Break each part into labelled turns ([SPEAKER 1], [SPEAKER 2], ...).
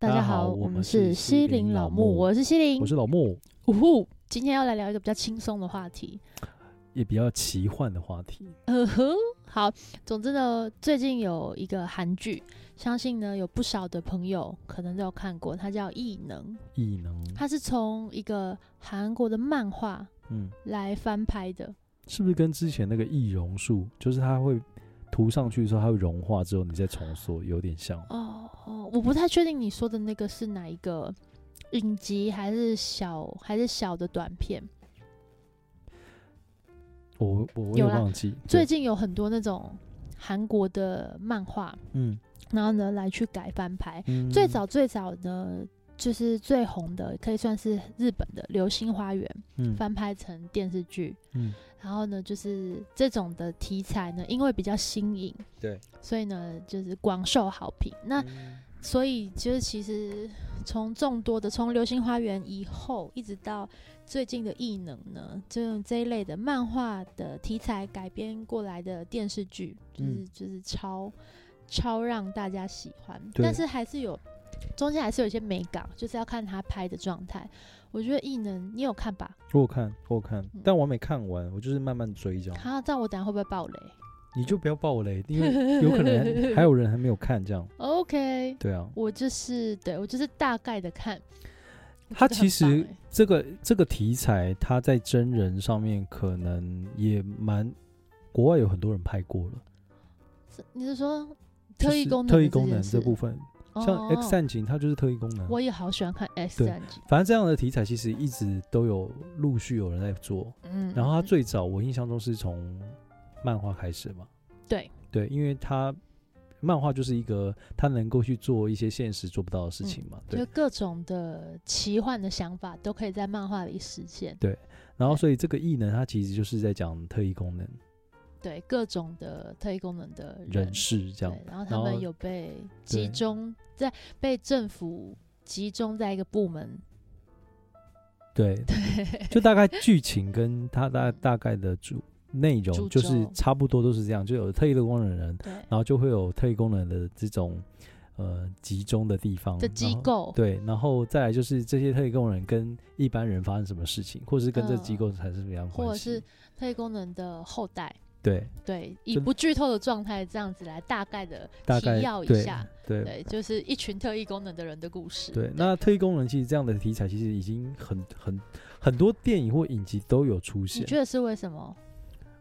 [SPEAKER 1] 我
[SPEAKER 2] 我
[SPEAKER 1] 们
[SPEAKER 2] 们
[SPEAKER 1] 是西
[SPEAKER 2] 是西
[SPEAKER 1] 林
[SPEAKER 2] 林
[SPEAKER 1] 老
[SPEAKER 2] 老
[SPEAKER 1] 木，
[SPEAKER 2] 木
[SPEAKER 1] 我是西林
[SPEAKER 2] 我，是老木，
[SPEAKER 1] 呜呼，今天要来聊一个比较轻松的话题。
[SPEAKER 2] 也比较奇幻的话题。
[SPEAKER 1] 呃呵，好，总之呢，最近有一个韩剧，相信呢有不少的朋友可能都有看过，它叫《异能》，
[SPEAKER 2] 异能，
[SPEAKER 1] 它是从一个韩国的漫画
[SPEAKER 2] 嗯，
[SPEAKER 1] 来翻拍的。
[SPEAKER 2] 是不是跟之前那个易容术，就是它会涂上去的时候，它会融化之后，你再重塑，有点像？
[SPEAKER 1] 哦哦，我不太确定你说的那个是哪一个影集，还是小还是小的短片。
[SPEAKER 2] 我我我也
[SPEAKER 1] 有啦
[SPEAKER 2] 忘记。
[SPEAKER 1] 最
[SPEAKER 2] 对，
[SPEAKER 1] 近有很多那种韩国的漫画，
[SPEAKER 2] 嗯
[SPEAKER 1] 然后呢来去改翻拍。
[SPEAKER 2] 嗯
[SPEAKER 1] 最早最早呢，就是最红的，可以算是日本的《流星花园》
[SPEAKER 2] 嗯
[SPEAKER 1] 翻拍成电视剧。
[SPEAKER 2] 嗯
[SPEAKER 1] 然后呢，就是这种的题材呢，因为比较新颖，
[SPEAKER 2] 对，
[SPEAKER 1] 所以呢就是广受好评。那所以就是其实从众多的从《流星花园》以后，一直到最近的《异能》呢，就这一类的漫画的题材改编过来的电视剧，就是、
[SPEAKER 2] 嗯
[SPEAKER 1] 就是超超让大家喜欢，
[SPEAKER 2] 对
[SPEAKER 1] 但是还是有中间还是有一些美感，就是要看他拍的状态。我觉得《异能》你有看吧？
[SPEAKER 2] 我有看我有看
[SPEAKER 1] 嗯，
[SPEAKER 2] 但我还没看完，我就是慢慢追这样。
[SPEAKER 1] 好，这样我等下会不会爆雷
[SPEAKER 2] 你就不要爆雷，因为有可能 还还有人还没有看这样。
[SPEAKER 1] ？OK，
[SPEAKER 2] 对啊，
[SPEAKER 1] 我就是对我就是大概的看。我觉
[SPEAKER 2] 它
[SPEAKER 1] 得
[SPEAKER 2] 其
[SPEAKER 1] 很棒
[SPEAKER 2] 实
[SPEAKER 1] 欸
[SPEAKER 2] 这个这个题材，它在真人上面可能也蛮，国外有很多人拍过了，
[SPEAKER 1] 是你是说
[SPEAKER 2] 就
[SPEAKER 1] 特异
[SPEAKER 2] 是
[SPEAKER 1] 功能
[SPEAKER 2] 特
[SPEAKER 1] 的
[SPEAKER 2] 异功
[SPEAKER 1] 件
[SPEAKER 2] 能这
[SPEAKER 1] 事
[SPEAKER 2] 部分，像
[SPEAKER 1] 哦
[SPEAKER 2] X 战警，它就是特异功能。
[SPEAKER 1] 我也好喜欢看 X
[SPEAKER 2] 对
[SPEAKER 1] 战警，
[SPEAKER 2] 反正这样的题材其实一直都有陆续有人在做，
[SPEAKER 1] 嗯，
[SPEAKER 2] 然后它
[SPEAKER 1] 嗯
[SPEAKER 2] 最早我印象中是从漫画开始嘛，
[SPEAKER 1] 对
[SPEAKER 2] 对，因为它漫画就是一个它能够去做一些现实做不到的事情嘛，对
[SPEAKER 1] 就。各种的奇幻的想法都可以在漫画里实现，
[SPEAKER 2] 然后所以这个异能它其实就是在讲特异功能
[SPEAKER 1] 对各种的特异功能的人
[SPEAKER 2] 人，士这样
[SPEAKER 1] 对，，然后他
[SPEAKER 2] 然
[SPEAKER 1] 们
[SPEAKER 2] 后
[SPEAKER 1] 有被集
[SPEAKER 2] 对
[SPEAKER 1] 中在被政府集中在一个部门，
[SPEAKER 2] 对，就大概剧情跟它大
[SPEAKER 1] 嗯
[SPEAKER 2] 大概的主内
[SPEAKER 1] 主
[SPEAKER 2] 容就是
[SPEAKER 1] 轴
[SPEAKER 2] 差不多都是这样，就有特异的功能的人，
[SPEAKER 1] 对
[SPEAKER 2] 然后就会有特异功能的这种呃集中的地方
[SPEAKER 1] 的机。构，
[SPEAKER 2] 然后对，然后再来就是这些特异功能跟一般人发生什么事情，或者是跟这
[SPEAKER 1] 嗯
[SPEAKER 2] 机构产生什么样的
[SPEAKER 1] 或
[SPEAKER 2] 关
[SPEAKER 1] 者
[SPEAKER 2] 系，
[SPEAKER 1] 是特异功能的后代，
[SPEAKER 2] 对，
[SPEAKER 1] 对，以
[SPEAKER 2] 就
[SPEAKER 1] 不剧透的状态这样子来大概的
[SPEAKER 2] 大
[SPEAKER 1] 提
[SPEAKER 2] 概
[SPEAKER 1] 要一
[SPEAKER 2] 对
[SPEAKER 1] 下，
[SPEAKER 2] 对
[SPEAKER 1] 对，就是一群特异功能的人的故事，
[SPEAKER 2] 对，那特异功能其实这样的题材其实已经很很很多电影或影集都有出
[SPEAKER 1] 你
[SPEAKER 2] 现，
[SPEAKER 1] 觉得是为什么？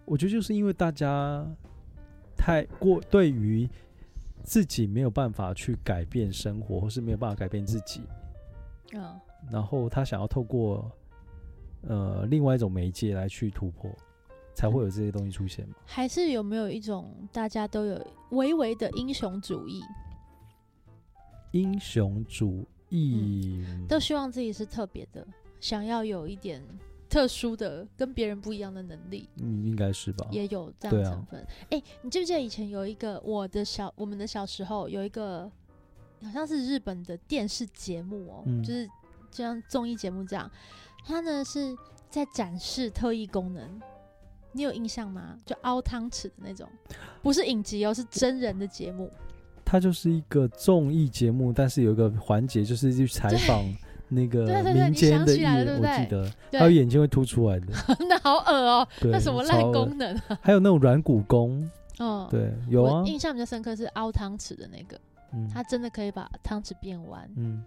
[SPEAKER 2] 我觉得就是因为大家太过对于自己没有办法去改变生活，或是没有办法改变自己，
[SPEAKER 1] 嗯。
[SPEAKER 2] 然后他想要透过呃另外一种媒介来去突破，才会有这些东西出现嘛。
[SPEAKER 1] 还是有没有一种大家都有微微的英雄主义，
[SPEAKER 2] 英雄主义，
[SPEAKER 1] 都希望自己是特别的，想要有一点特殊的、跟别人不一样的能力，
[SPEAKER 2] 嗯，应该是吧？
[SPEAKER 1] 也有这样的
[SPEAKER 2] 对啊
[SPEAKER 1] 成分。哎、你记不记得以前有一个我的小我们的小时候有一个好像是日本的电视节目哦、
[SPEAKER 2] 嗯
[SPEAKER 1] 就是就像综艺节目这样，它呢是在展示特异功能。你有印象吗？就凹汤匙的那种，不是影集哦，是真人的节目。
[SPEAKER 2] 它就是一个综艺节目，但是有一个环节就是去采访
[SPEAKER 1] 对
[SPEAKER 2] 那个
[SPEAKER 1] 对对
[SPEAKER 2] 民
[SPEAKER 1] 你
[SPEAKER 2] 间
[SPEAKER 1] 想
[SPEAKER 2] 的
[SPEAKER 1] 起
[SPEAKER 2] 艺
[SPEAKER 1] 来了
[SPEAKER 2] 人，
[SPEAKER 1] 对不
[SPEAKER 2] 我记
[SPEAKER 1] 对
[SPEAKER 2] 得
[SPEAKER 1] 对
[SPEAKER 2] 还有眼睛会凸出来的，
[SPEAKER 1] 那好恶哦、
[SPEAKER 2] 哎 对，
[SPEAKER 1] 那什么烂
[SPEAKER 2] 超恶
[SPEAKER 1] 功能啊？
[SPEAKER 2] 还有那种软骨功，
[SPEAKER 1] 嗯，，
[SPEAKER 2] 对，有啊
[SPEAKER 1] 我，印象比较深刻是凹汤匙的那个，
[SPEAKER 2] 嗯
[SPEAKER 1] 他真的可以把汤匙变弯。
[SPEAKER 2] 嗯，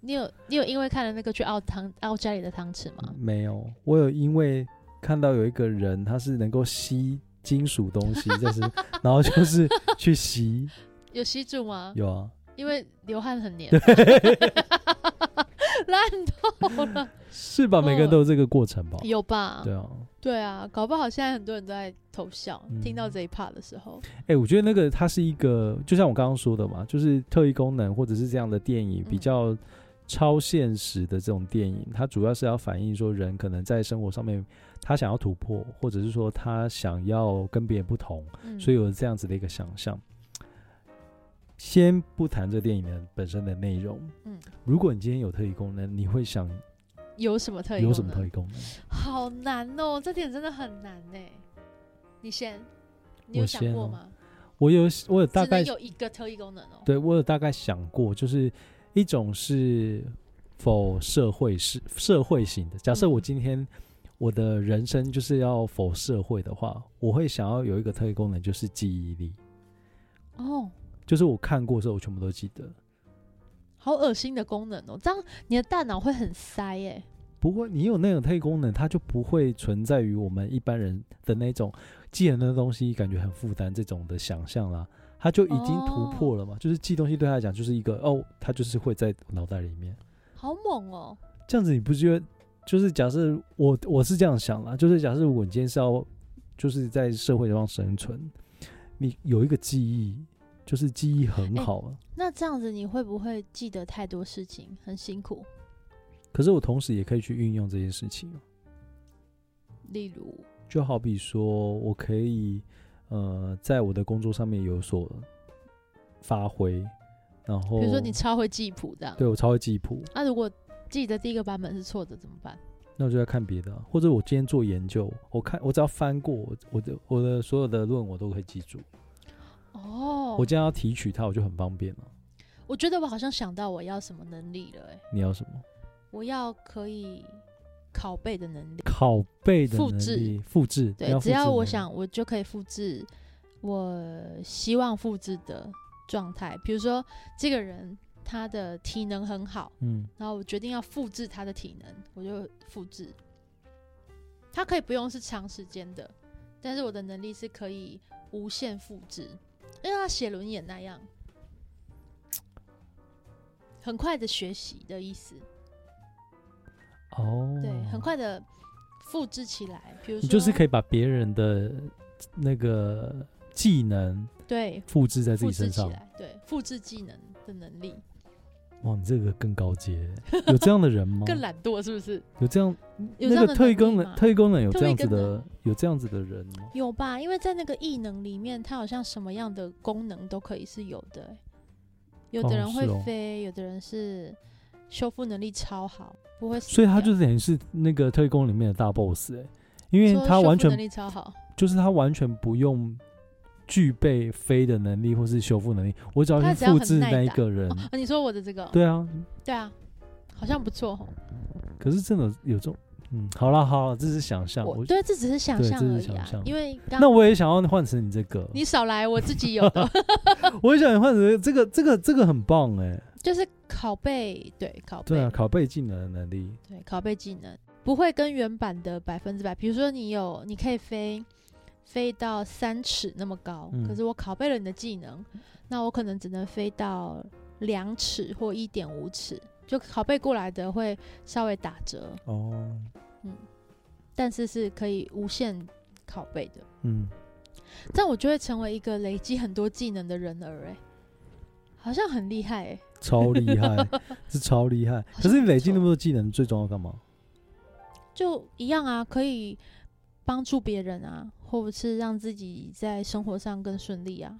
[SPEAKER 1] 你有你有因为看了那个去凹汤凹家里的汤匙吗？
[SPEAKER 2] 没有，我有因为看到有一个人他是能够吸金属东西， 就是然后就是去吸，
[SPEAKER 1] 有吸住吗？
[SPEAKER 2] 有啊，
[SPEAKER 1] 因为流汗很黏， 烂透 了，
[SPEAKER 2] 是吧？每个人都有这个过程吧？
[SPEAKER 1] 哦有吧？
[SPEAKER 2] 对啊，
[SPEAKER 1] 对啊，搞不好现在很多人都在偷笑，
[SPEAKER 2] 嗯
[SPEAKER 1] 听到这一 part 的时候，
[SPEAKER 2] 哎、我觉得那个它是一个，就像我刚刚说的嘛，就是特异功能或者是这样的电影比
[SPEAKER 1] 嗯
[SPEAKER 2] 较超现实的这种电影，它主要是要反映说人可能在生活上面他想要突破，或者是说他想要跟别人不同，
[SPEAKER 1] 嗯，
[SPEAKER 2] 所以有这样子的一个想象。先不谈这电影的本身的内容，
[SPEAKER 1] 嗯
[SPEAKER 2] 如果你今天有特异功能，你会想
[SPEAKER 1] 有什么特异
[SPEAKER 2] 有
[SPEAKER 1] 功
[SPEAKER 2] 什么
[SPEAKER 1] 能
[SPEAKER 2] 特异功能？
[SPEAKER 1] 好难哦，这点真的很难呢。你先，你有
[SPEAKER 2] 我
[SPEAKER 1] 想
[SPEAKER 2] 先
[SPEAKER 1] 过
[SPEAKER 2] 哦
[SPEAKER 1] 吗？
[SPEAKER 2] 我有，我有大
[SPEAKER 1] 只能
[SPEAKER 2] 概
[SPEAKER 1] 有一个特异功能哦。
[SPEAKER 2] 对我有大概想过，就是一种是否社会是社会型的。假设我今天我的人生就是要否社会的话，我会想要有一个特异功能，就是记忆力，
[SPEAKER 1] 哦，
[SPEAKER 2] 就是我看过之后我全部都记得。
[SPEAKER 1] 好恶心的功能哦，这样你的大脑会很塞耶。
[SPEAKER 2] 不过你有那种特异功能，它就不会存在于我们一般人的那种记得那东西感觉很负担这种的想象啦。它就已经突破了嘛，就是记东西对他来讲就是一个哦，他就是会在脑袋里面。
[SPEAKER 1] 好猛哦！
[SPEAKER 2] 这样子你不觉得？就是假设我我是这样想啦，就是假设如果你今天是要就是在社会上生存，你有一个记忆，就是记忆很
[SPEAKER 1] 哎
[SPEAKER 2] 好啊。
[SPEAKER 1] 那这样子你会不会记得太多事情，很辛苦？
[SPEAKER 2] 可是我同时也可以去运用这件事情啊，
[SPEAKER 1] 例如，
[SPEAKER 2] 就好比说我可以呃在我的工作上面有所发挥，然后
[SPEAKER 1] 比如说你超会记谱这样，
[SPEAKER 2] 哦对我超会记谱，
[SPEAKER 1] 那、如果记得第一个版本是错的怎么办？
[SPEAKER 2] 那我就在看别的啊、或者我今天做研究，我看我只要翻过我我的我的所有的论文我都可以记住，
[SPEAKER 1] 哦，
[SPEAKER 2] 我今天要提取它我就很方便了。
[SPEAKER 1] 我觉得我好像想到我要什么能力了、欸，
[SPEAKER 2] 你要什么？
[SPEAKER 1] 我要可以拷贝的能力。
[SPEAKER 2] 拷贝的
[SPEAKER 1] 复
[SPEAKER 2] 能
[SPEAKER 1] 制
[SPEAKER 2] 力，复制，你
[SPEAKER 1] 对，只
[SPEAKER 2] 复制
[SPEAKER 1] 要我
[SPEAKER 2] 能力，
[SPEAKER 1] 想，我就可以复制我希望复制的状态。比如说，这个人他的体能很好，
[SPEAKER 2] 嗯，
[SPEAKER 1] 然后我决定要复制他的体能，我就复制。他可以不用是长时间的，但是我的能力是可以无限复制，因为他写轮眼那样，很快的学习的意思，
[SPEAKER 2] 哦，
[SPEAKER 1] 对，很快的复制起来。比如说，
[SPEAKER 2] 你就是可以把别人的那个技能
[SPEAKER 1] 对
[SPEAKER 2] 复制在自
[SPEAKER 1] 复
[SPEAKER 2] 己
[SPEAKER 1] 制
[SPEAKER 2] 身
[SPEAKER 1] 起
[SPEAKER 2] 上。
[SPEAKER 1] 来，对，复制技能的能力。
[SPEAKER 2] 哇，你这个更高阶，有这样的人吗？
[SPEAKER 1] 更懒惰是不是？
[SPEAKER 2] 有这样
[SPEAKER 1] 有这
[SPEAKER 2] 哦那
[SPEAKER 1] 样
[SPEAKER 2] 个
[SPEAKER 1] 的
[SPEAKER 2] 特异
[SPEAKER 1] 能
[SPEAKER 2] 功
[SPEAKER 1] 力
[SPEAKER 2] 能，
[SPEAKER 1] 吗
[SPEAKER 2] 特异功能有
[SPEAKER 1] 特
[SPEAKER 2] 这
[SPEAKER 1] 异
[SPEAKER 2] 样子
[SPEAKER 1] 功
[SPEAKER 2] 的
[SPEAKER 1] 能，
[SPEAKER 2] 有这样子的人吗？
[SPEAKER 1] 有吧？因为在那个异能里面，它好像什么样的功能都可以是有的欸、有
[SPEAKER 2] 哦
[SPEAKER 1] 的人会
[SPEAKER 2] 是哦
[SPEAKER 1] 飞，有的人是修复能力超好，不会死掉。
[SPEAKER 2] 所以他就等于是那个特异功能里面的大 boss 哎、因为
[SPEAKER 1] 啊说
[SPEAKER 2] 他
[SPEAKER 1] 修
[SPEAKER 2] 完
[SPEAKER 1] 复
[SPEAKER 2] 全
[SPEAKER 1] 能力超好，
[SPEAKER 2] 就是他完全不用具备飞的能力或是修复能力，我只要
[SPEAKER 1] 他
[SPEAKER 2] 去
[SPEAKER 1] 只要
[SPEAKER 2] 复
[SPEAKER 1] 很
[SPEAKER 2] 制
[SPEAKER 1] 耐
[SPEAKER 2] 那一
[SPEAKER 1] 打
[SPEAKER 2] 个人。
[SPEAKER 1] 啊！你说我的这个哦，
[SPEAKER 2] 对啊，
[SPEAKER 1] 对啊，好像不错哦。
[SPEAKER 2] 可是真的有这种，嗯，好啦好啦，这是想象。我
[SPEAKER 1] 哦我对，这啊只是想
[SPEAKER 2] 对
[SPEAKER 1] 象
[SPEAKER 2] 这是
[SPEAKER 1] 而已
[SPEAKER 2] 想
[SPEAKER 1] 啊
[SPEAKER 2] 象。
[SPEAKER 1] 因为刚
[SPEAKER 2] 那我也想要换成你这个，
[SPEAKER 1] 你少来，我自己有 的，
[SPEAKER 2] 我也想换成这个，这个这个很棒哎、
[SPEAKER 1] 就是拷贝，对拷贝，
[SPEAKER 2] 对啊，拷贝技能的能力，
[SPEAKER 1] 对，拷贝技能不会跟原版的百分之百。比如说，你有你可以飞飞到三尺那么高，
[SPEAKER 2] 嗯
[SPEAKER 1] 可是我拷贝了你的技能，那我可能只能飞到两尺或一点五尺，就拷贝过来的会稍微打折，
[SPEAKER 2] 哦，
[SPEAKER 1] 但是是可以无限拷贝的。
[SPEAKER 2] 嗯，
[SPEAKER 1] 这样我就会成为一个累积很多技能的人儿、欸，好像很厉害、欸，
[SPEAKER 2] 超厉害， 是超厉害。
[SPEAKER 1] 好
[SPEAKER 2] 可是
[SPEAKER 1] 像
[SPEAKER 2] 你
[SPEAKER 1] 不
[SPEAKER 2] 累积那
[SPEAKER 1] 错
[SPEAKER 2] 么多技能，最重要干嘛？
[SPEAKER 1] 就一样啊，可以帮助别人啊，或者是让自己在生活上更顺利啊。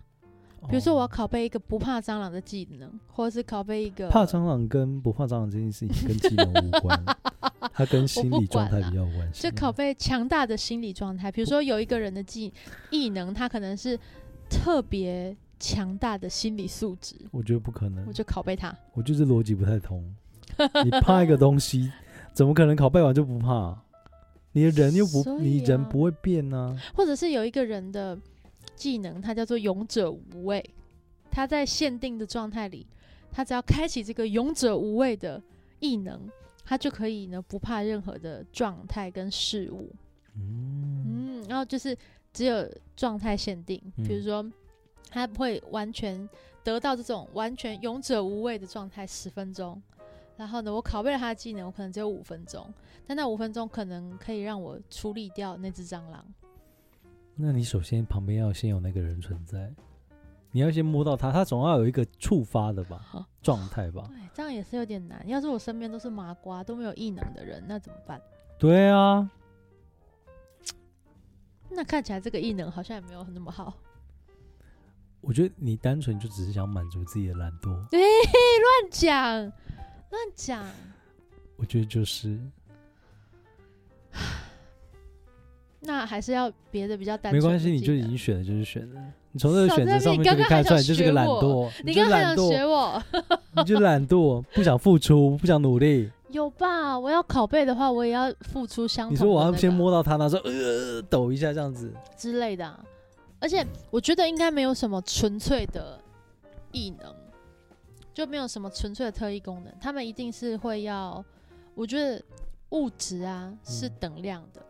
[SPEAKER 1] 比如说，我要
[SPEAKER 2] 哦
[SPEAKER 1] 拷贝一个不怕蟑螂的技能，或者是拷贝一个
[SPEAKER 2] 怕蟑螂跟不怕蟑螂这件事情跟技能无关， 它跟心
[SPEAKER 1] 不
[SPEAKER 2] 理状态
[SPEAKER 1] 管
[SPEAKER 2] 比
[SPEAKER 1] 啦
[SPEAKER 2] 较有关系。
[SPEAKER 1] 就拷贝强大的心理状态。比如说，有一个人的技异能，他可能是特别强大的心理素质，
[SPEAKER 2] 我觉得不可能
[SPEAKER 1] 我，就拷贝他。
[SPEAKER 2] 我就是逻辑不太通。 你怕一个东西，怎么可能拷贝完就不怕？你的人又不，
[SPEAKER 1] 所
[SPEAKER 2] 你
[SPEAKER 1] 以
[SPEAKER 2] 人
[SPEAKER 1] 啊
[SPEAKER 2] 不会变呢、
[SPEAKER 1] 或者是有一个人的技能，他叫做勇者无畏，他在限定的状态里，他只要开启这个勇者无畏的异能，他就可以呢不怕任何的状态跟事物。
[SPEAKER 2] 嗯，
[SPEAKER 1] 嗯，然后就是只有状态限定，比
[SPEAKER 2] 嗯
[SPEAKER 1] 如说他会完全得到这种完全勇者无畏的状态十分钟。然后呢，我拷贝了他的技能，我可能只有五分钟，但那五分钟可能可以让我处理掉那只蟑螂。
[SPEAKER 2] 那你首先旁边要先有那个人存在，你要先摸到他，他总要有一个触发的吧
[SPEAKER 1] 好
[SPEAKER 2] 状态吧？
[SPEAKER 1] 对，哎这样也是有点难。要是我身边都是麻瓜，都没有异能的人，那怎么办？
[SPEAKER 2] 对啊，
[SPEAKER 1] 那看起来这个异能好像也没有那么好。
[SPEAKER 2] 我觉得你单纯就只是想满足自己的懒惰，
[SPEAKER 1] 嘿，乱讲，乱讲。
[SPEAKER 2] 我觉得就是
[SPEAKER 1] 那还是要别的比较单
[SPEAKER 2] 没
[SPEAKER 1] 纯的技能。
[SPEAKER 2] 关系，你就已经选了就是选了，你从这个选择上面就可以看得出来，你就是个懒惰，
[SPEAKER 1] 你
[SPEAKER 2] 就
[SPEAKER 1] 刚刚想
[SPEAKER 2] 懒惰
[SPEAKER 1] 学，我？
[SPEAKER 2] 你就懒惰，不想付出，不想努 力。
[SPEAKER 1] 有吧？我要拷贝的话，我也要付出相同
[SPEAKER 2] 你
[SPEAKER 1] 的那
[SPEAKER 2] 说
[SPEAKER 1] 个、
[SPEAKER 2] 我要先摸到它，然后说呃抖一下这样子，
[SPEAKER 1] 之类的啊、而且我觉得应该没有什么纯粹的异能，就没有什么纯粹的特异功能。他们一定是会要，我觉得物质啊是等量的，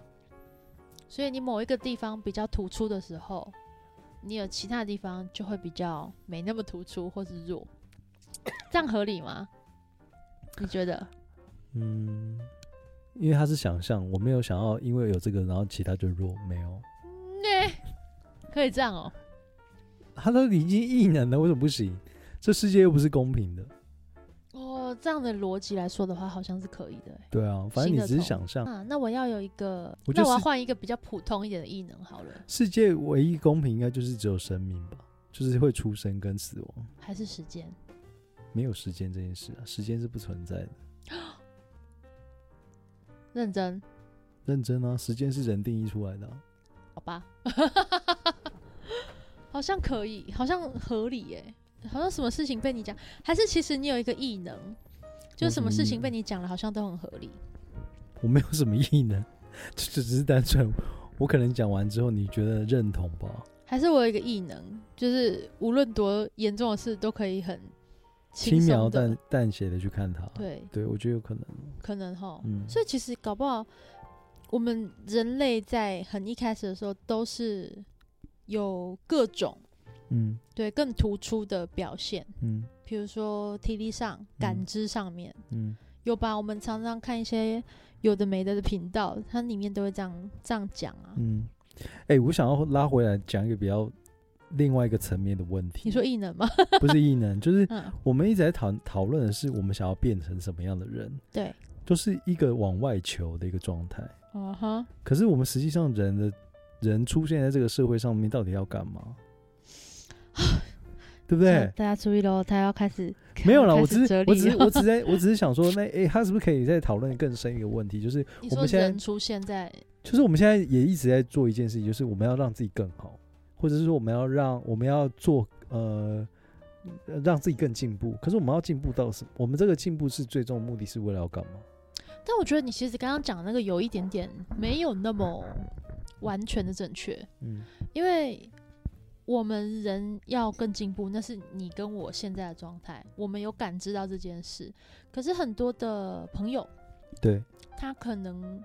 [SPEAKER 1] 所以你某一个地方比较突出的时候，你有其他地方就会比较没那么突出或是弱，这样合理吗？你觉得？
[SPEAKER 2] 嗯，因为它是想象，我没有想要因为有这个，然后其他就弱，没有。
[SPEAKER 1] 可以这样哦、
[SPEAKER 2] 他都已经异能了，为什么不行？这世界又不是公平的。
[SPEAKER 1] 哦，这样的逻辑来说的话，好像是可以的欸、
[SPEAKER 2] 对啊，反正你只是想象，
[SPEAKER 1] 啊，那我要有一个，
[SPEAKER 2] 我就
[SPEAKER 1] 那我要
[SPEAKER 2] 是
[SPEAKER 1] 换一个比较普通一点的异能好了，
[SPEAKER 2] 世界唯一公平应该就是只有生命吧，就是会出生跟死亡，
[SPEAKER 1] 还是时间？
[SPEAKER 2] 没有时间这件事啊，时间是不存在的。
[SPEAKER 1] 认真，
[SPEAKER 2] 认真啊，时间是人定义出来的啊、
[SPEAKER 1] 好吧， 好像可以，好像合理耶、好像什么事情被你讲，还是其实你有一个异能，就
[SPEAKER 2] 我
[SPEAKER 1] 什么事情被
[SPEAKER 2] 嗯
[SPEAKER 1] 你讲了，好像都很合理。
[SPEAKER 2] 我没有什么异能， 就只是单纯，我可能讲完之后你觉得认同吧，
[SPEAKER 1] 还是我有一个异能，就是无论多严重的事都可以很
[SPEAKER 2] 轻
[SPEAKER 1] 松
[SPEAKER 2] 描
[SPEAKER 1] 的
[SPEAKER 2] 淡，淡写的去看它。，
[SPEAKER 1] 对，
[SPEAKER 2] 对我觉得有可能。
[SPEAKER 1] 可能哈，
[SPEAKER 2] 嗯，
[SPEAKER 1] 所以其实搞不好，我们人类在很一开始的时候都是有各种
[SPEAKER 2] 嗯
[SPEAKER 1] 对更突出的表现，
[SPEAKER 2] 嗯
[SPEAKER 1] 比如说体力上、感知上面，
[SPEAKER 2] 嗯
[SPEAKER 1] 有吧？我们常常看一些有的没的的频道，它里面都会这样这样讲啊。
[SPEAKER 2] 嗯。哎、我想要拉回来讲一个比较另外一个层面的问题。
[SPEAKER 1] 你说异能吗？
[SPEAKER 2] 不是异能，就是
[SPEAKER 1] 嗯，
[SPEAKER 2] 我们一直在讨讨论的是我们想要变成什么样的人，
[SPEAKER 1] 对，
[SPEAKER 2] 就是一个往外求的一个状态。
[SPEAKER 1] 嗯哼，
[SPEAKER 2] 可是我们实际上人的人出现在这个社会上面，到底要干 嘛？对不对？
[SPEAKER 1] 大家注意喽，他要开始
[SPEAKER 2] 没有啦，
[SPEAKER 1] 开
[SPEAKER 2] 我
[SPEAKER 1] 始
[SPEAKER 2] 只
[SPEAKER 1] 哲
[SPEAKER 2] 是
[SPEAKER 1] 理
[SPEAKER 2] 我只是
[SPEAKER 1] 了
[SPEAKER 2] 我只是在我只是想说，那诶、他是不是可以再讨论更深一个问题？就是
[SPEAKER 1] 你
[SPEAKER 2] 我
[SPEAKER 1] 说
[SPEAKER 2] 们现在
[SPEAKER 1] 人出现在
[SPEAKER 2] 就是我们现在也一直在做一件事情，就是我们要让自己更好，或者是说我们要让我们要做呃呃让自己更进步。可是我们要进步到什么？我们这个进步是最终的目的是为了要干嘛？
[SPEAKER 1] 但我觉得你其实刚刚讲的那个有一点点没有那么完全的正确，
[SPEAKER 2] 嗯
[SPEAKER 1] 因为我们人要更进步，那是你跟我现在的状态，我们有感知到这件事。可是很多的朋友，，
[SPEAKER 2] 对，
[SPEAKER 1] 他可能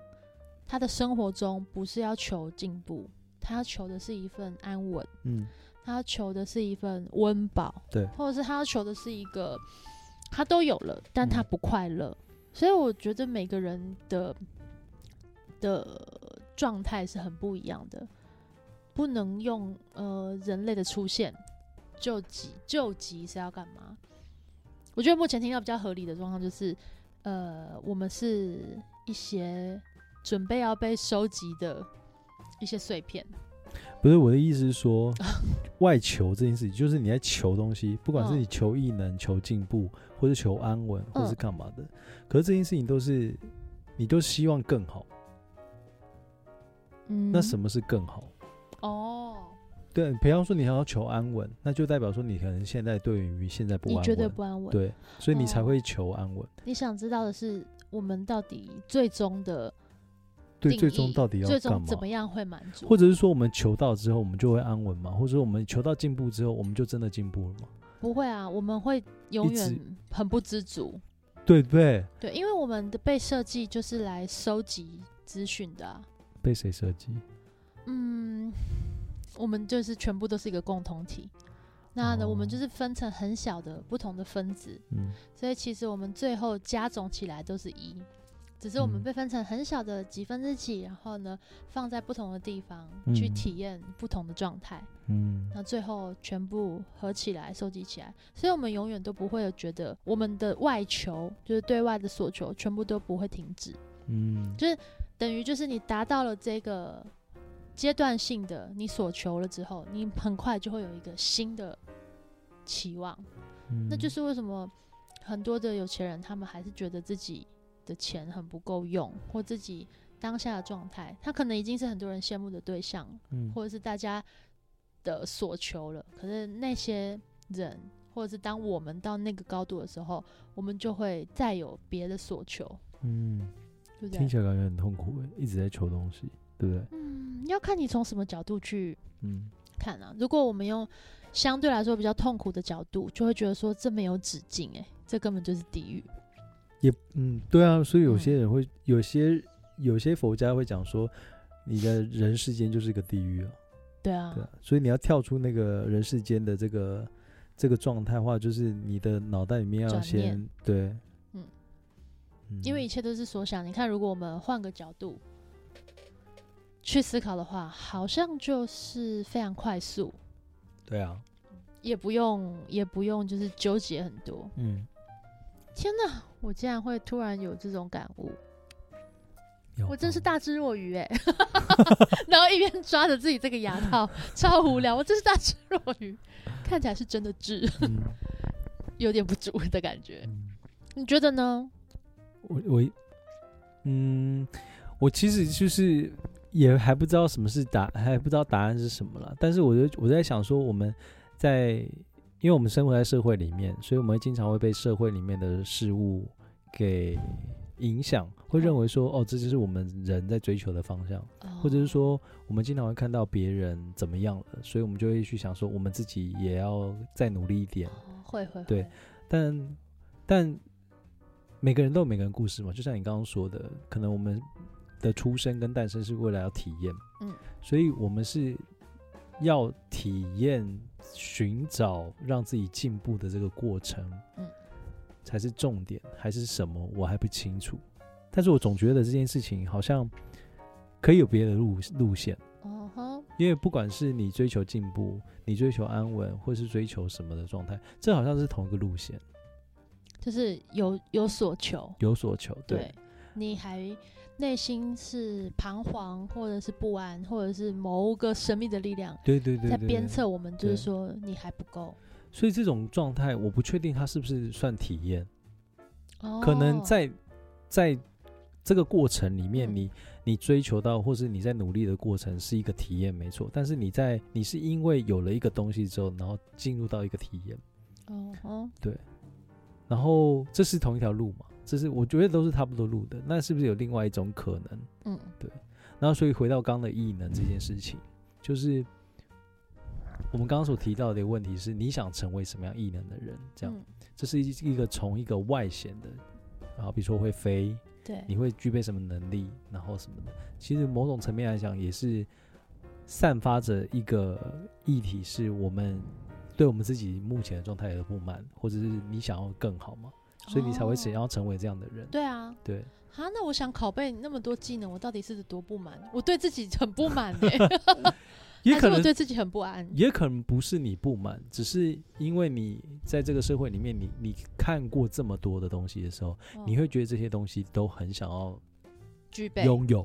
[SPEAKER 1] 他的生活中不是要求进步，他要求的是一份安稳，
[SPEAKER 2] 嗯
[SPEAKER 1] 他要求的是一份温饱，
[SPEAKER 2] 对
[SPEAKER 1] 或者是他要求的是一个他都有了，但他
[SPEAKER 2] 嗯
[SPEAKER 1] 不快乐。所以我觉得每个人的的状态是很不一样的，不能用呃人类的出现救急救急是要干嘛？我觉得目前听到比较合理的状况就是，呃，我们是一些准备要被收集的一些碎片，
[SPEAKER 2] 不是我的意思是说，外求这件事情，就是你在求东西，不管是
[SPEAKER 1] 嗯
[SPEAKER 2] 你求异能、求进步，或是求安稳，或是
[SPEAKER 1] 嗯
[SPEAKER 2] 干嘛的。可是这件事情都是你都希望更好，
[SPEAKER 1] 嗯，
[SPEAKER 2] 那什么是更好？
[SPEAKER 1] 哦，
[SPEAKER 2] 对，比方说你想要求安稳，那就代表说你可能现在对于现在不安
[SPEAKER 1] 你
[SPEAKER 2] 稳，
[SPEAKER 1] 觉得不安稳？
[SPEAKER 2] 对，所以你才
[SPEAKER 1] 哦
[SPEAKER 2] 会求安稳。
[SPEAKER 1] 你想知道的是，我们到底最终的
[SPEAKER 2] 对，
[SPEAKER 1] 定
[SPEAKER 2] 最终
[SPEAKER 1] 义
[SPEAKER 2] 到底要
[SPEAKER 1] 最
[SPEAKER 2] 干
[SPEAKER 1] 终
[SPEAKER 2] 嘛
[SPEAKER 1] 怎？么样会满足？
[SPEAKER 2] 或者是说我们求到之后，我们就会安稳吗？或者说我们求到进步之后，我们就真的进步了吗？
[SPEAKER 1] 不会啊，我们会永
[SPEAKER 2] 一直
[SPEAKER 1] 远很不知足。
[SPEAKER 2] 对不对？
[SPEAKER 1] 对，因为我们的被设计就是来收集资讯的啊、
[SPEAKER 2] 被谁设计？
[SPEAKER 1] 嗯，我们就是全部都是一个共同体。那呢，我们
[SPEAKER 2] 哦
[SPEAKER 1] 就是分成很小的不同的分子，
[SPEAKER 2] 嗯，
[SPEAKER 1] 所以其实我们最后加总起来都是一，只是我们
[SPEAKER 2] 嗯
[SPEAKER 1] 被分成很小的几分之几，然后呢放在不同的地方去
[SPEAKER 2] 嗯
[SPEAKER 1] 体验不同的状态。
[SPEAKER 2] 嗯，
[SPEAKER 1] 那最后全部合起来、收集起来，所以我们永远都不会有觉得我们的外求，就是对外的所求，全部都不会停止。
[SPEAKER 2] 嗯，
[SPEAKER 1] 等于就是你达到了这个阶段性的你所求了之后，你很快就会有一个新的期望。
[SPEAKER 2] 嗯
[SPEAKER 1] 那就是为什么很多的有钱人，他们还是觉得自己的钱很不够用，或自己当下的状态，他可能已经是很多人羡慕的对象了
[SPEAKER 2] 嗯，
[SPEAKER 1] 或者是大家的所求了。可是那些人，或者是当我们到那个高度的时候，我们就会再有别的所求，
[SPEAKER 2] 嗯，
[SPEAKER 1] 对不
[SPEAKER 2] 听
[SPEAKER 1] 对？
[SPEAKER 2] 起来感觉很痛苦欸，一直在求东西，对不对？
[SPEAKER 1] 嗯，要看你从什么角度去
[SPEAKER 2] 嗯，
[SPEAKER 1] 看啊。如果我们用相对来说比较痛苦的角度，就会觉得说这没有止境、欸，这根本就是地狱。
[SPEAKER 2] 也嗯，对啊，所以有
[SPEAKER 1] 嗯
[SPEAKER 2] 些人会，有些有些佛家会讲说，你的人世间就是个地狱啊，
[SPEAKER 1] 对啊
[SPEAKER 2] 对，啊，所以你要跳出那个人世间的这个这个状态的话，就是你的脑袋里面要
[SPEAKER 1] 转
[SPEAKER 2] 先
[SPEAKER 1] 念
[SPEAKER 2] 对，
[SPEAKER 1] 嗯
[SPEAKER 2] 嗯
[SPEAKER 1] 因为一切都是所想。你看，如果我们换个角度去思考的话，好像就是非常快速，
[SPEAKER 2] 对啊，
[SPEAKER 1] 也不用也不用就是纠结很多。
[SPEAKER 2] 嗯，
[SPEAKER 1] 天哪，我竟然会突然有这种感悟，
[SPEAKER 2] 你好
[SPEAKER 1] 我真是
[SPEAKER 2] 棒
[SPEAKER 1] 大智若愚哎、 然后一边抓着自己这个牙套，超无聊，我真是大智若愚，看起来是真的智，
[SPEAKER 2] 嗯
[SPEAKER 1] 有点不足的感觉。
[SPEAKER 2] 嗯
[SPEAKER 1] 你觉得呢？
[SPEAKER 2] 我我嗯，我其实就是也还不知道什么是答，还不知道答案是什么了。但是我就我在想说，我们在因为我们生活在社会里面，所以我们经常会被社会里面的事物给影响，会认为说哦，这就是我们人在追求的方向，或者是说我们经常会看到别人怎么样了，所以我们就会去想说，我们自己也要再努力一点
[SPEAKER 1] 哦，。会会
[SPEAKER 2] 对
[SPEAKER 1] 会
[SPEAKER 2] 但但每个人都有每个人故事嘛，就像你刚刚说的，可能我们的出生跟诞生是为了要体验，
[SPEAKER 1] 嗯，
[SPEAKER 2] 所以我们是要体验、寻找让自己进步的这个过程，
[SPEAKER 1] 嗯，
[SPEAKER 2] 才是重点，还是什么我还不清楚，但是我总觉得这件事情好像可以有别的路路线。
[SPEAKER 1] 哦哼，
[SPEAKER 2] 因为不管是你追求进步，你追求安稳，或是追求什么的状态，这好像是同一个路线。
[SPEAKER 1] 就是有有所求，
[SPEAKER 2] 有所求，对，
[SPEAKER 1] 对，你还内心是彷徨，或者是不安，或者是某个神秘的力量
[SPEAKER 2] 对对对
[SPEAKER 1] 在
[SPEAKER 2] 对
[SPEAKER 1] 鞭。策我们，就是
[SPEAKER 2] 对
[SPEAKER 1] 说你还不够。
[SPEAKER 2] 对所以这种状态，我不确定它是不是算体验，
[SPEAKER 1] 哦
[SPEAKER 2] 可能在在这个过程里面
[SPEAKER 1] 嗯
[SPEAKER 2] 你，你追求到，或是你在努力的过程是一个体验，没错。但是你在你是因为有了一个东西之后，然后进入到一个体验，
[SPEAKER 1] 哦哦，
[SPEAKER 2] 然后这是同一条路嘛？这是我觉得都是差不多路的。那是不是有另外一种可能？
[SPEAKER 1] 嗯，
[SPEAKER 2] 然后所以回到刚刚的异能这件事情，就是我们刚刚所提到的一个问题是，你想成为什么样异能的人？这样，
[SPEAKER 1] 嗯
[SPEAKER 2] 这是一一个从一个外显的，然后比如说会飞，
[SPEAKER 1] 对，
[SPEAKER 2] 你会具备什么能力，然后什么的。其实某种层面来讲，也是散发着一个议题，是我们对我们自己目前的状态有不满，或者是你想要更好嘛，所以你才会想
[SPEAKER 1] 哦
[SPEAKER 2] 要成为这样的人。
[SPEAKER 1] 对啊。
[SPEAKER 2] 对，
[SPEAKER 1] 啊，那我想拷贝那么多技能，我到底是多不满？我对自己很不满呢、
[SPEAKER 2] 也
[SPEAKER 1] 还
[SPEAKER 2] 可
[SPEAKER 1] 是
[SPEAKER 2] 能
[SPEAKER 1] 我对自己很不安。
[SPEAKER 2] 也可能不是你不满，只是因为你在这个社会里面，你你看过这么多的东西的时候，
[SPEAKER 1] 哦
[SPEAKER 2] 你会觉得这些东西都很想要
[SPEAKER 1] 具备
[SPEAKER 2] 拥有，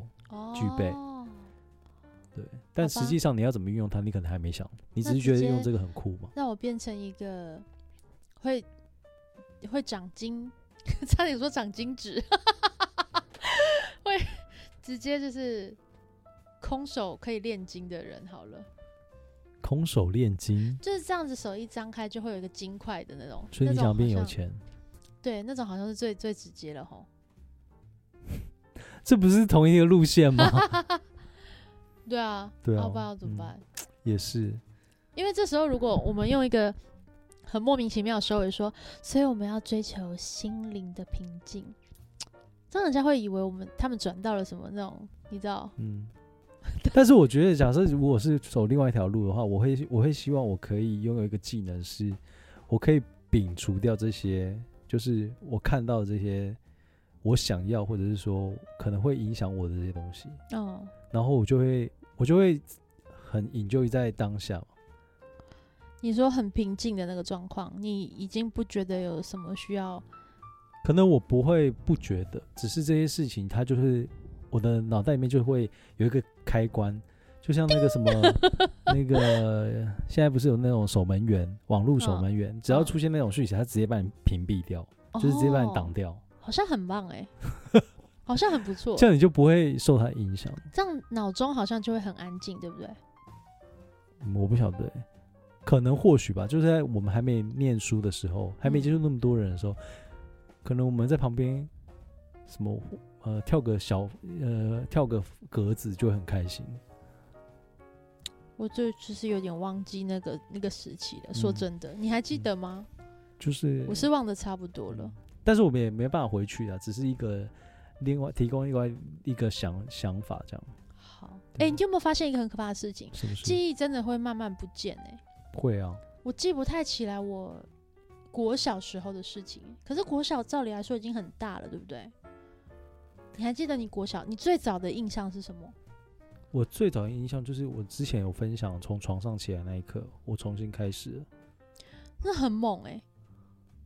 [SPEAKER 2] 具备
[SPEAKER 1] 哦
[SPEAKER 2] 对。但
[SPEAKER 1] 好吧
[SPEAKER 2] 实际上你要怎么运用它，你可能还没想，你只
[SPEAKER 1] 那
[SPEAKER 2] 是觉
[SPEAKER 1] 直
[SPEAKER 2] 得
[SPEAKER 1] 接
[SPEAKER 2] 用这个很酷嘛？
[SPEAKER 1] 让我变成一个会会长金， 差点说长金指， 会直接就是空手可以炼金的人好了，
[SPEAKER 2] 空手炼金，
[SPEAKER 1] 就是这样子，手一张开就会有一个金块的那种。
[SPEAKER 2] 所以
[SPEAKER 1] 那
[SPEAKER 2] 你
[SPEAKER 1] 种
[SPEAKER 2] 想变
[SPEAKER 1] 好
[SPEAKER 2] 有
[SPEAKER 1] 像？
[SPEAKER 2] 钱，
[SPEAKER 1] 对，那种好像是最最直接了吼。
[SPEAKER 2] 这不是同一个路线吗？
[SPEAKER 1] 对啊，
[SPEAKER 2] 对啊
[SPEAKER 1] 要不然要怎么
[SPEAKER 2] 嗯
[SPEAKER 1] 办？
[SPEAKER 2] 也是，
[SPEAKER 1] 因为这时候如果我们用一个很莫名其妙的收尾说，所以我们要追求心灵的平静，这样人家会以为我们他们转到了什么那种，你知道？
[SPEAKER 2] 嗯。但是我觉得，假设如果是走另外一条路的话，我会我会希望我可以拥有一个技能是，我可以摒除掉这些，就是我看到的这些我想要或者是说可能会影响我的这些东西，
[SPEAKER 1] 嗯，
[SPEAKER 2] 然后我就会我就会很 enjoy 在当下嘛。
[SPEAKER 1] 你说很平静的那个状况，你已经不觉得有什么需要
[SPEAKER 2] 可能我不会不觉得，只是这些事情它就是我的脑袋里面就会有一个开关，就像那 个什么那个现在不是有那种守门员，网络守门员，只要
[SPEAKER 1] 嗯
[SPEAKER 2] 出现那种讯息，它直接把你屏蔽掉，就是直接把你挡
[SPEAKER 1] 哦，
[SPEAKER 2] 掉，
[SPEAKER 1] 好像很棒哎、 好像很不错，
[SPEAKER 2] 这样你就不会受它影响。
[SPEAKER 1] 这样脑中好像就会很安静，对不对？
[SPEAKER 2] 嗯我不晓得欸、可能或许吧，就是在我们还没念书的时候，还
[SPEAKER 1] 嗯
[SPEAKER 2] 没接触那么多人的时候，可能我们在旁边什么呃跳个小呃跳个格子就很开心。
[SPEAKER 1] 我就就是有点忘记那个那个时期了。说
[SPEAKER 2] 嗯
[SPEAKER 1] 真的，你还记得吗？
[SPEAKER 2] 就是
[SPEAKER 1] 我是忘得差不多了
[SPEAKER 2] 嗯。但是我们也没办法回去啊，只是一个另外提供另外一个想想法，这样
[SPEAKER 1] 好，哎、
[SPEAKER 2] 对
[SPEAKER 1] 你有没有发现一个很可怕的事情？
[SPEAKER 2] 是不是？
[SPEAKER 1] 记忆真的会慢慢不见哎、
[SPEAKER 2] 会啊，
[SPEAKER 1] 我记不太起来我国小时候的事情，可是国小照理来说已经很大了，对不对？你还记得你国小你最早的印象是什么？
[SPEAKER 2] 我最早的印象就是我之前有分享，从床上起来那一刻，我重新开始了。
[SPEAKER 1] 那很猛哎、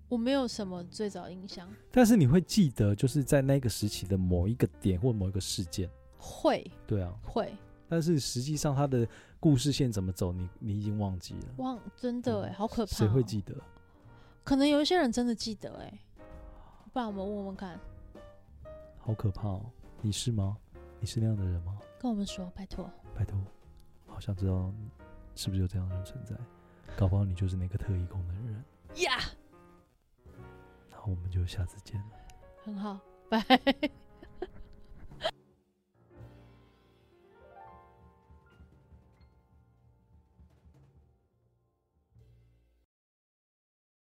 [SPEAKER 1] 我没有什么最早印象，
[SPEAKER 2] 但是你会记得，就是在那个时期的某一个点或某一个事件，
[SPEAKER 1] 会
[SPEAKER 2] 对啊。
[SPEAKER 1] 会
[SPEAKER 2] 但是实际上它的故事线怎么走，你你已经忘记了，
[SPEAKER 1] 忘真的哎、好可怕、
[SPEAKER 2] 嗯谁会？记得？
[SPEAKER 1] 可能有一些人真的记得哎、不然我们问问看，
[SPEAKER 2] 好可怕哦！你是吗？你是那样的人吗？
[SPEAKER 1] 跟我们说，拜托。
[SPEAKER 2] 拜托，好想知道是不是有这样的人存在，搞不好你就是那个特异功能人。
[SPEAKER 1] 呀、
[SPEAKER 2] 那我们就下次见了，
[SPEAKER 1] 很好，拜。